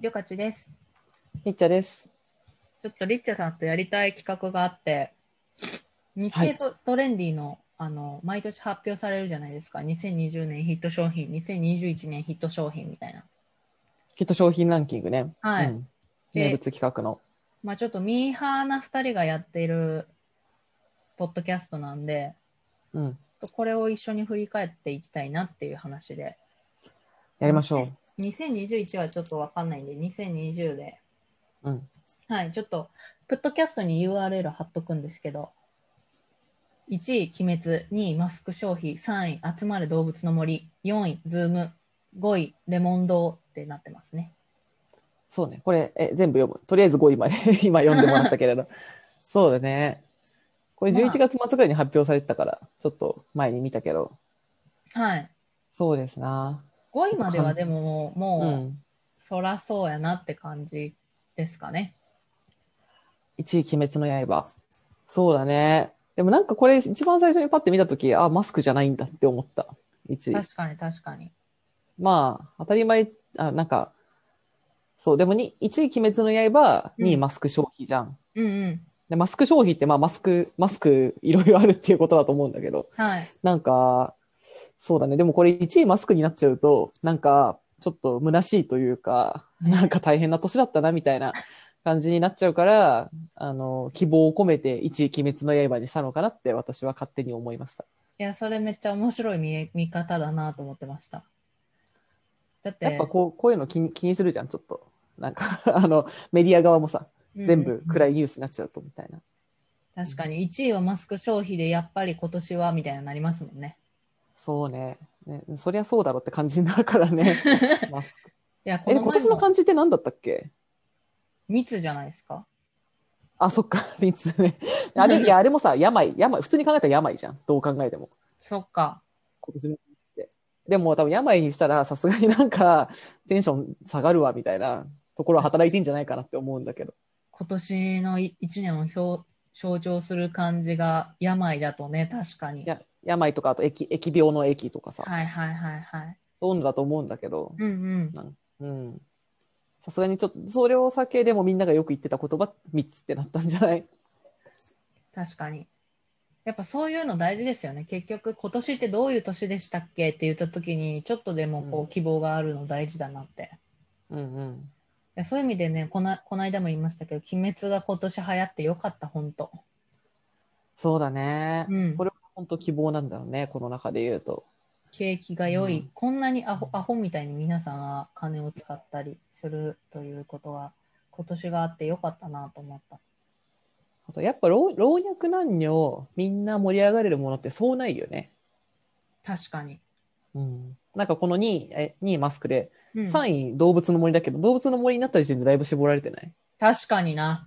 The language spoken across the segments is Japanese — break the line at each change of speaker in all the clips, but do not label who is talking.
りょかちです。
みっちゃです。
ちょっとリッチャさんとやりたい企画があって、日
は
経
い
トトレンディの,、あの毎年発表されるじゃないですか。2020年ヒット商品、2021年ヒット商品みたいな。
きっと商品ランキングね。
はい
うん
で
名物企画の。
まあちょっとミーハーな2人がやっているポッドキャストなんで、
うん。
これを一緒に振り返っていきたいなっていう話で。
やりましょ
2021はちょっとわかんないんで、2020で。
う。うん。
はい、ちょっと、ポッドキャストに URL 貼っとくんですけど、1位、鬼滅、2位、マスク消費、3位、集まる動物の森、4位、ズーム、5位、レモンドってなってますね。
そうね。これ、え、全部読む。とりあえず5位まで、 今読んでもらった けれど。そうだね。これ
まあ
11月末ぐらいに発表されてたから、ちょっと前に見たけど。
はい。
そうですな。
5位まではでも、
う
もう、
ん。
そらそうやなって感じですかね。
1位、鬼滅の刃。そうだね。でもなんかこれ一番最初にパッて見たとき、あ、マスクじゃないんだって思った。1位。
確かに確かに。
まあ、当たり前、あ、なんか、そう、でもに、1位鬼滅の刃、
うん
2位マスク消費じゃん。
うんうん。
で、マスク消費って、まあ、マスク、マスク、いろいろあるっていうことだと思うんだけど、
はい。
なんか、そうだね。でもこれ1位マスクになっちゃうと、なんか、ちょっと虚しいというか、なんか大変な年だったな、みたいな感じになっちゃうから、あの、希望を込めて1位鬼滅の刃にしたのかなって私は勝手に思いました。
いや、それめっちゃ面白い見え見方だなと思ってました。だって、
やっぱこう、こういうの気に気にするじゃん、ちょっと。なんか、あの、メディア側もさ、
うん
全部暗いニュースになっちゃうとみたいな。
確かに1位はマスク消費でやっぱり今年はみたいになりますもんね。
そうねね。そりゃそうだろうって感じになるから ね。マスク
いやこ
え、
の
今
前
年の
も
漢字って何だったっけ
密じゃないですか。
あ、そっか。 いつね。あれ、いや、あれもさ、病、病、普通に考えたら病じゃん。どう考えても。
そっか。
今年の漢字って。でも多分病にしたら、さすがになんか、テンション下がるわ、みたいなところは働いてんじゃないかなって思うんだけど。
今年の1年を表象徴する感じが病だとね、確かに。
や病とか、あと疫、疫病の疫とかさ、
はいはいはいはい。
そういうのだと思うんだけど、
うんうん。
うん。さすがにちょっと、それを避けでもみんながよく言ってた言葉、3つってなったんじゃない
確かに。やっぱそういうの大事ですよね。結局今年ってどういう年でしたっけって言った時に、ちょっとでもこ
う
うん希望があるの大事だなって。
うんうん。
いやそういう意味でねこな、この間も言いましたけど、鬼滅が今年流行ってよかった、本当。
そうだね。
うん
これは本当希望なんだよね、この中で言うと。
景気が良い、
うん
こんなにアホアホみたいに皆さんが金を使ったりするということが今年があって良かったなと思った。
あと、やっぱ老老若男女、みんな盛り上がれるものってそうないよね。
確かに。
うん。なんかこの2位、え2位マスクで、
うん
3位動物の森だけど、動物の森になった時点でだいぶ絞られてない。
確かにな。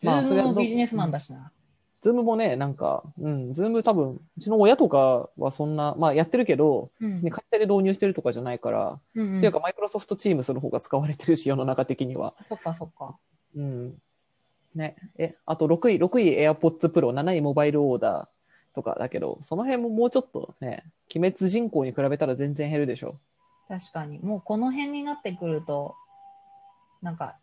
ズ
まあ
ー
それ
ム
は
も
ど
ビジネスマンだしな。
ズームもね、なんか、うん、ズーム多分、うちの親とかはそんな、まあやってるけど、
うん
別に会社で導入してるとかじゃないから、
うんうん
っていうか、マイクロソフトチームスの方が使われてるし、世の中的には。
そっかそっか。
うん。ね。え、あと6位、6位 AirPods Pro、7位モバイルオーダーとかだけど、その辺ももうちょっとね、鬼滅人口に比べたら全然減るでしょ。
確かに。もうこの辺になってくると、なんか、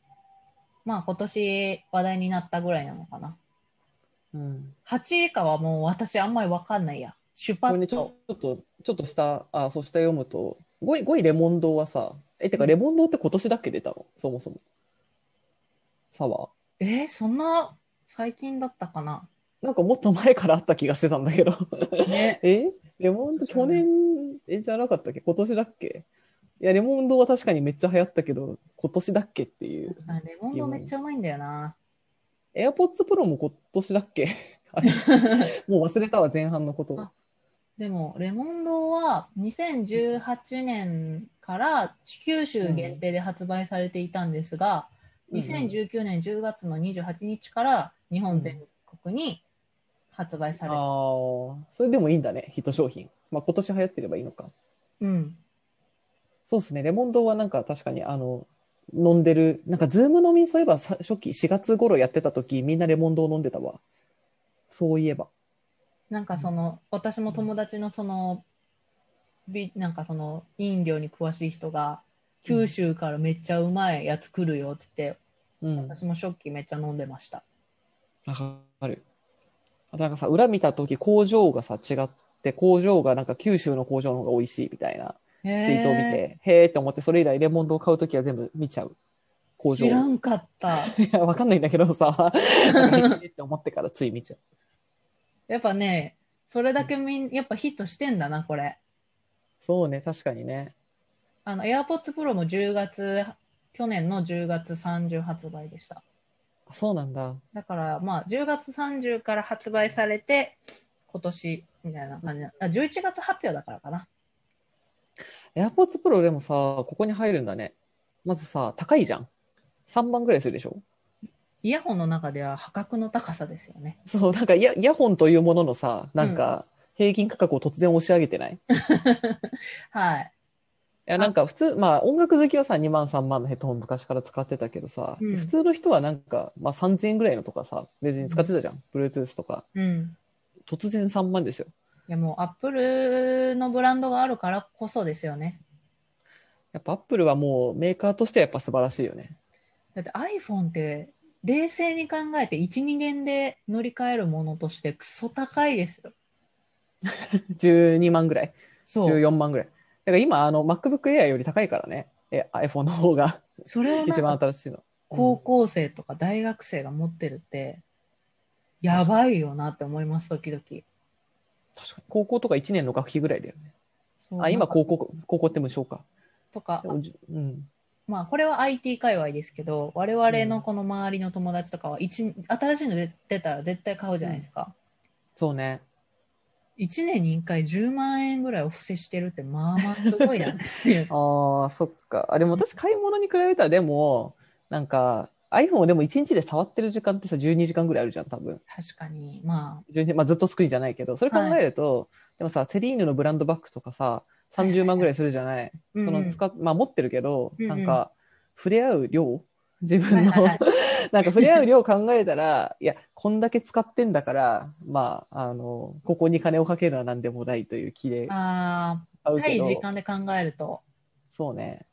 まあ今年話題になったぐらいなのかな。
うん。
8位以下はもう私あんまりわかんないや。シュパ
これね、
ッ
ちょ
と。
ちょっと、ちょっと下、あ、そう下読むと、5位、5位レモンドはさ、え、てかレモンドって今年だっけ出たのそもそも。サワー。
えーそんな最近だったかな。
なんかもっと前からあった気がしてたんだけど。
ね。
え レモンド去年、え、じゃなかったっけ今年だっけいや、レモンドは確かにめっちゃ流行ったけど、今年だっけっていう。
あレモンドめっちゃうまいんだよな。
AirPods Pro も今年だっけ あれもう忘れたわ、前半のことを。
でも、レモンドは2018年から九州限定で発売されていたんですが、
うんうん
2019年10月の28日から日本全国に発売さ
ああ
れた。
ー、それでもいいんだね、ヒット商品。まあ、今年流行ってればいいのか。
うん。
そうですね、レモンドはなんか確かに、あの、飲んでる、なんか、ズーム飲み、そういえばさ、初期4月頃やってた時、みんなレモンドを飲んでたわ。そういえば。
なんかその、私も友達のその、びなんかその飲料に詳しい人が、九州からめっちゃうまいやつ来るよって言って、
うん。
私も食器めっちゃ飲んでました。
わかる。あとなんかさ、裏見た時工場がさ、違って、工場がなんか九州の工場の方が美味しいみたいな
ツイ
ツイートを見て、へえって思って、それ以来レモンドを買う時は全部見ちゃう。工場。
知ら
い
んかった。
や、 わかんないんだけどさ、なんかへえって思ってからつい見ちゃう。
やっぱね、それだけみん、やっぱヒットしてんだな、これ。
そうね、確かにね。
あの、AirPods Pro も10月、去年の10月30発売でした。
あそうなんだ。
だから、まあ、10月30から発売されて、今年、みたいな感じな。あ、11月発表だからかな。
AirPods Pro でもさ、ここに入るんだね。まずさ、高いじゃん。3万ぐらいするでしょ
イヤホンの中では破格の高さですよね。
そう、なんかイヤイヤホンというもののさ、なんか平均価格を突然押し上げてない、い
はい。
や、なんか普通、まあ音楽好きはさ、2万3万のヘッドホン昔から使ってたけどさ、
うん
普通の人はなんか、まあ3000円ぐらいのとかさ、別に使ってたじゃん。Bluetooth とか。
うん。
突然3万ですよ。
いや、もう、Apple のブランドがあるからこそですよね。
やっぱ Apple はもうメーカーとしてはやっぱ素晴らしいよね。
だって iPhone って、冷静に考えて1、2元で乗り換えるものとしてクソ高いですよ。
12万ぐらい。
そう。
14万ぐらい。だから今、あの、MacBook Air より高いからね。え、iPhone の方が
それをなん
一
か
番新しいの。
高校生とか大学生が持ってるって、やばいよなって思います、時々。
確かに。高校とか1年の学費ぐらいだよね。
そう
あ、今
なんか
高校、高校って無償か。
とか
で、もじうん。
まあこれは IT 界隈ですけど、我々のこの周りの友達とかは一、新しいの出出たら絶対買うじゃないですか。
そうね。
一1年に1回10万円ぐらいお布施してるって、まあまあすごいなって いう
ああ、そっか。あ、でも私買い物に比べたらでも、なんか、iPhone をでも1日で触ってる時間ってさ、12時間ぐらいあるじゃん、多分。
確かに、ま
12まあ、ずっとスクリーンじゃないけど、それ考えると、でもさ、セリーヌのブランドバッグとかさ、30万ぐらいするじゃない。
あ、うん
その使っ、まあ持ってるけど、
うんうん
なんか、触れ合う量自分の、
はいはい
なんか触れ合う量考えたら、いや、こんだけ使ってんだから、まあ、あの、ここに金をかけるのは何でもないという気で
あ
買
あ、
うけ
対
ど、
時間で考えると、
そうね。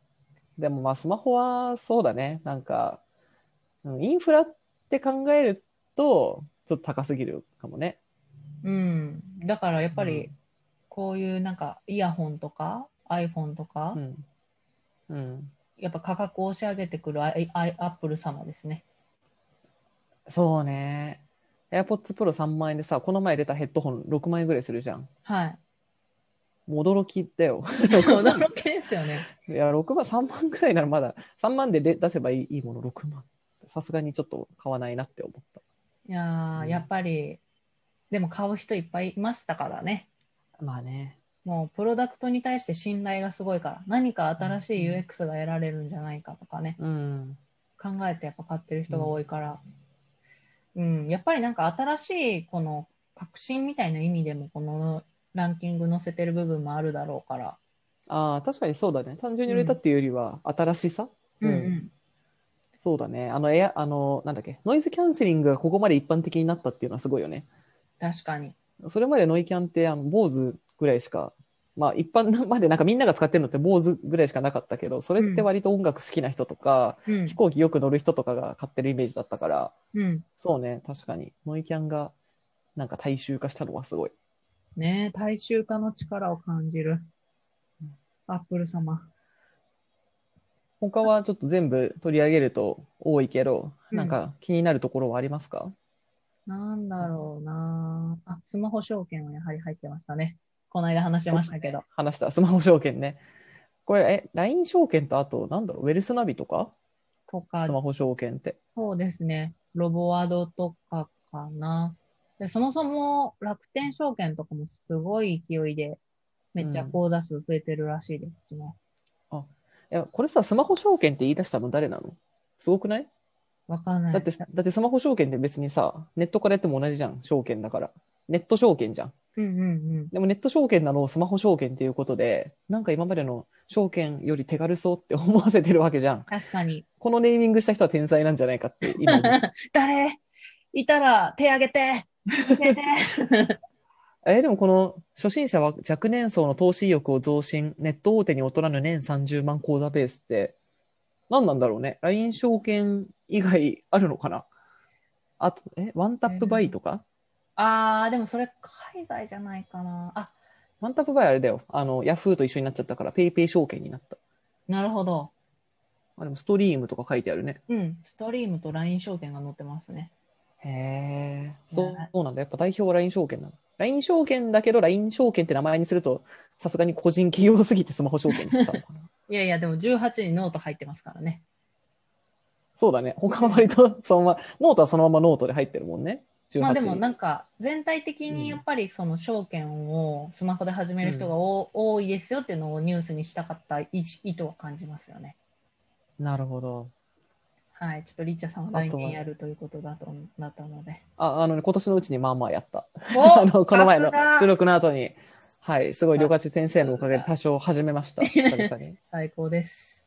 でもまあ、スマホはそうだね。なんか、うんインフラって考えると、ちょっと高すぎるかもね。
うん。だからやっぱ
う
り、こういうなんかイヤホンとか iPhone とか、
うん。うん。
やっぱ価格を押し上げてくるアイアイアップル様ですね。
そうね。AirPods Pro3 万円でさ、この前出たヘッドホン6万円ぐらいするじゃん。
はい。
もう驚きだよ。
驚きですよね。
いや、6万、3万くらいならまだ、3万でで出せばいいいいもの、6万。さすがにちょっと買わないなって思った。
いやー、
うん
やっぱり、でも買う人いっぱいいましたからね。
まあね。
もうプロダクトに対して信頼がすごいから、何か新しい UX が得られるんじゃないかとかね、
うん。
考えてやっぱ買ってる人が多いから、うん、やっぱりなんか新しいこの革新みたいな意味でも、このランキング載せてる部分もあるだろうから、
ああ、確かにそうだね。単純に売れたっていうよりは、新しさ、うんそうだね。あの、エア、あの、なんだっけ、ノイズキャンセリングがここまで一般的になったっていうのはすごいよね。
確かに。
それまでノイキャンって、あの、坊主ぐらいしか、まあ一般までなんかみんなが使ってるのって坊主ぐらいしかなかったけど、それって割と音楽好きな人とか、
うん
飛行機よく乗る人とかが買ってるイメージだったから、
うん、
そうね、確かに。ノイキャンが、なんか大衆化したのはすごい。
ねえ大衆化の力を感じる
うん。
アップル様。
他はちょっと全部取り上げると多いけど、
うん
なんか気になるところはありますか
なんだろうなあ、スマホ証券はやはり入ってましたね。この間話しましたけど。
話したスマホ証券ね。これ、え、LINE 証券とあと、なんだろう、ウェルスナビとか
とか
ス、マホ証券って。
そうですね。ロボワードとかかな。で、そもそも楽天証券とかもすごい勢いで、めっちゃ口座数増えてるらしいですしね。
いや、これさ、スマホ証券って言い出したの誰なのすごくない
わ、かんない。
だって、だってスマホ証券って別にさ、ネットからやっても同じじゃん、証券だから。ネット証券じゃん。
うんうんうん。
でもネット証券なのをスマホ証券っていうことで、なんか今までの証券より手軽そうって思わせてるわけじゃん。
確かに。
このネーミングした人は天才なんじゃないかって今思う
誰いたら手挙げて教えて
えーでもこの初心者は若年層の投資意欲を増進、ネット大手に劣らぬ年30万口座ベースって、何なんだろうね。LINE 証券以外あるのかなあと、え、ワンタップバイとか、
あー、でもそれ海外じゃないかな。あ、
ワンタップバイあれだよ。あの、ヤフーと一緒になっちゃったから、ペイペイ証券になった。
なるほど。
あ、でもストリームとか書いてあるね。
うん。ストリームと LINE 証券が載ってますね。
へえ、そう、
はい
そうなんだ。やっぱ代表は LINE 証券なの。LINE 証券だけど、LINE 証券って名前にすると、さすがに個人企業すぎてスマホ証券にした のかな。
いやいや、でも18にノート入ってますからね。
そうだね。他は割とそのまま、ノートはそのままノートで入ってるもんね。18。
まあでもなんか全体的にやっぱりその証券をスマホで始める人がお、多いですよっていうのをニュースにしたかった意意図を感じますよね。
なるほど。
はい、ちょっとリッチャさんは来年やるということだとだったので。
あ、あのね、今年のうちにまあまあやった。
お
あの、この前の
さすが
収録の後に、はい、すごい、旅館中先生のおかげで多少始め ました。久々に。
最高です。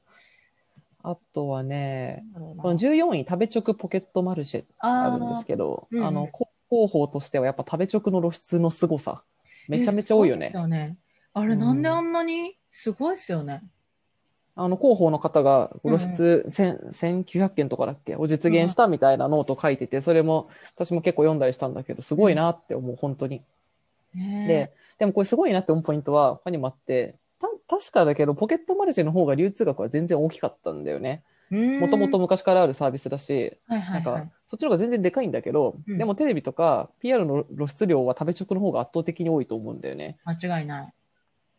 あとはね、
なるほど
この14位、食べチョクポケットマルシェあるんですけど、
あーうんうん
あの、広報としてはやっぱ食べチョクの露出の凄さ、めちゃめちゃ多いよね
え。そうだねあれ
うん
なんであんなにすごいっすよね。
あの、広報の方が露出1000 1900件とかだっけを実現したみたいなノートを書いてて、それも私も結構読んだりしたんだけど、すごいなって思う、本当に。
ねえ
で、でもこれすごいなって思うポイントは他にもあって、た確かだけど、ポケットマルシェの方が流通額は全然大きかったんだよね。もともと、昔からあるサービスだし、
うーんはいは
なん
いはい、
か、そっちの方が全然でかいんだけど、
うん
でもテレビとか PR の露出量は食べチョクの方が圧倒的に多いと思うんだよね。
間違いない。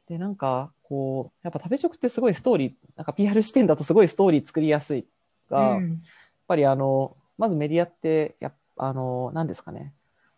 で、なんか、こう、やっぱ食べチョクってすごいストーリー、なんか PR 視点だとすごいストーリー作りやすいが、
う
やっ
ん
ぱりあの、まずメディアって、やっあの、何ですかね。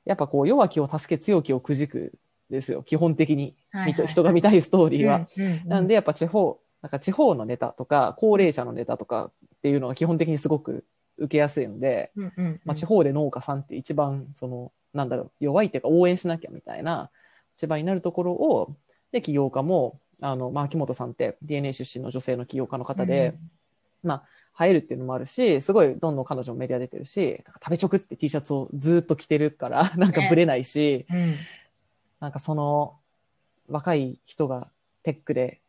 やっぱこう、弱気を助け強気をくじくですよ、基本的に。
はいはい、
み人が見たいストーリーは。
うんうんうん
なんでやっぱ地方、なんか地方のネタとか、高齢者のネタとかっていうのが基本的にすごく受けやすいので、
うんうんうん
まあ、地方で農家さんって一番、その、なんだろう、弱いっていうか応援しなきゃみたいな千葉になるところを、で、起業家も、あの、まあ、秋元さんって DNA 出身の女性の起業家の方で、映えるっていうのもあるし、すごいどんどん彼女もメディア出てるし、なんか食べ直って T シャツをずーっと着てるから、 なんかブレないし、
うんうん
なんかその若い人がテックで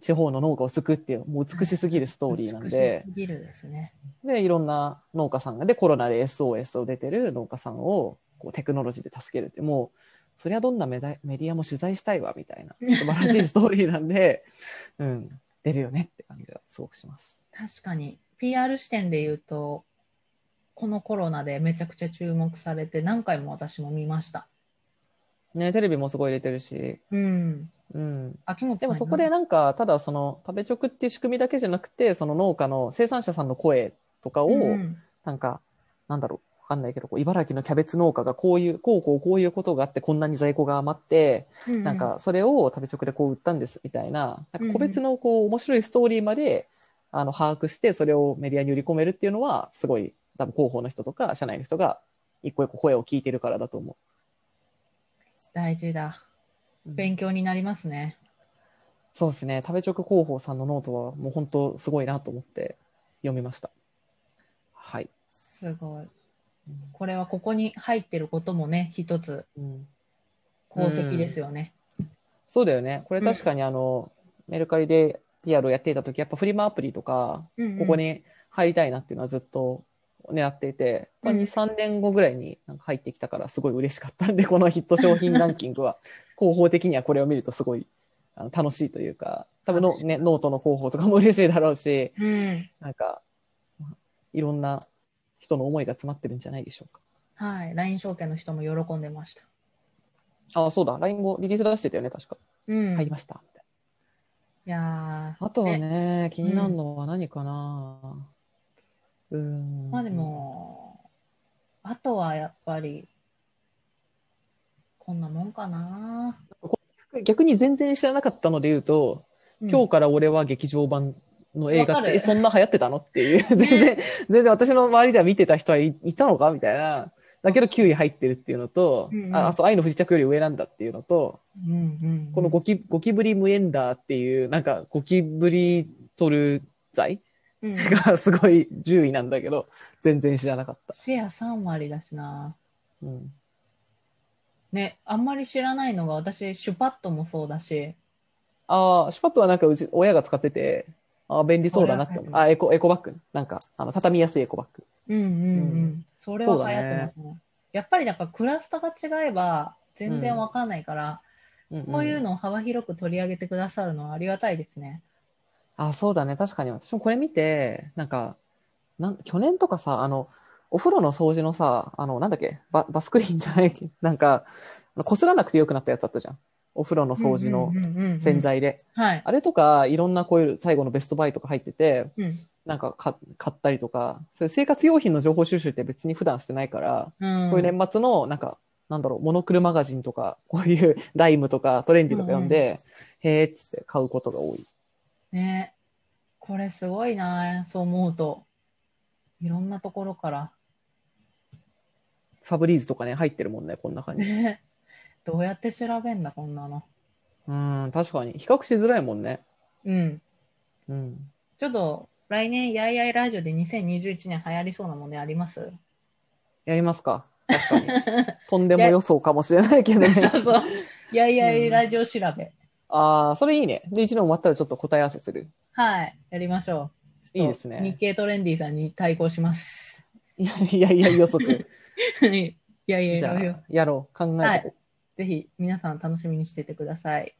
地方の農家を救うっていうもう美しすぎるストーリーなんで、
美しすぎるですね。
で、いろんな農家さんが、で、コロナで SOS を出てる農家さんをこうテクノロジーで助けるって、もう、そりゃどんなメダメディアも取材したいわ、みたいな、素晴らしいストーリーなんで、うん、出るよねって感じがすごくします。
確かに PR 視点で言うとこのコロナでめちゃくちゃ注目されて何回も私も見ました。
ね、テレビもすごい入れてるし、
うん。
うん、
秋元さ
で
ん
もそこでなんか、ただその食べ直っていう仕組みだけじゃなくて、その農家の生産者さんの声とかを、
うん
なんか、なんだろう、わかんないけど、こう茨城のキャベツ農家がこういう、こうこうこういうことがあって、こんなに在庫が余って、
うん、
なんかそれを食べ直でこう売ったんですみたいな、なんか個別のこう面白いストーリーまで、あの、把握して、それをメディアに売り込めるっていうのは、すごい、多分広報の人とか、社内の人が、一個一個声を聞いてるからだと思
大事だ。
う。
勉強になりますね。
そうですね。食べ直広報さんのノートは、もう本当すごいなと思って読みました。はい。
すごい。これはここに入ってることもね一つ
うん
功績ですよね。
そうだよね。これ確かにあの、メルカリで PR をやっていた時、やっぱフリマアプリとか、
うんうん
ここに入りたいなっていうのはずっと狙っていて、ここ
うん
に3年後ぐらいになんか入ってきたからすごい嬉しかった んで、このヒット商品ランキングは、広報的にはこれを見るとすごいあの楽しいというか、多分の、ね、ノートの広報とかも嬉しいだろうし、
うん。
なんか、いろんな人の思いが詰まってるんじゃないでしょうか。
はい。LINE 証券の人も喜んでました。
ああ、そうだ。LINE もリリース出してたよね、確か。
うん。
入り
い
ました。
やー
あとはね、気になるのは何かな。うーん。
まあで、も、あとはやっぱり、こんなもんかな。
逆に全然知らなかったので言うと、今日から俺は劇場版の映画
わ
っ
か
て、
る
え、そんな流行ってたのっていう。 全然、全然私の周りでは見てた人はい、いたのかみたいな。だけど9位入ってるっていうのと、
うんうん
あ、あそう、愛の不時着より上なんだっていうのと、
うん、うんうん、
このゴキゴキブリムエンダーっていう、なんかゴキブリ取る罪
うん、
がすごい10位なんだけど、全然知らなかった。
シェア3割だしな。
うん。
ね、あんまり知らないのが、私、シュパットもそうだし、
ああ、シュパットはなんかうち、親が使ってて、ああ、便利そうだなって思う。
あ
あ、エコ、エコバッグ。なんか、あの、畳みやすいエコバッグ。
うんうんう。
うん
それは流行ってますね。やっぱりだからクラスターが違えば全然わかんないから、
うんん
こういうのを幅広く取り上げてくださるのはありがたいですね。
あ、そうだね。確かに。私もこれ見て、なんか、なん、去年とかさ、あの、お風呂の掃除のさ、あの、なんだっけ、バ、バスクリーンじゃない、 なんか、あの擦らなくてよくなったやつあったじゃん。お風呂の掃除の
の
洗。剤で。
はい。
あれとか、いろんなこういう最後のベストバイとか入ってて、
うん。
なんかか買ったりとか、そういう生活用品の情報収集って別に普段してないから、
うん
こういう年末の、なんか、なんだろう、モノクルマガジンとか、こう いうライムとかトレンディとか読んで、へーっつって買うことが多い。
ね。これすごいな、そう思うと。いろんなところから。
ファブリーズとかね、入ってるもんね、こんな感じ。
ね。どうやって調べんだ、こんなの。
うん、確かに。比較しづらいもんね。
うん。
うん。
ちょっと、来年、やいやいラジオで2021年流行りそうなもんね、あり ます
やりますか。確かに。とんでも予想かもしれないけどね。
そうそう。やいやいラジオ調べ。
ああ、それいいね。で、一年終わったらちょっと答え合わせする。
はい。やりましょう。
いいです
日
ね。
経トレンディさんに対抗します。
いやいやいや予測。
いやいやい
じ
や
ゃ
いや
あ、やろう。考えてこう。
ぜひ皆さん楽しみにしててください。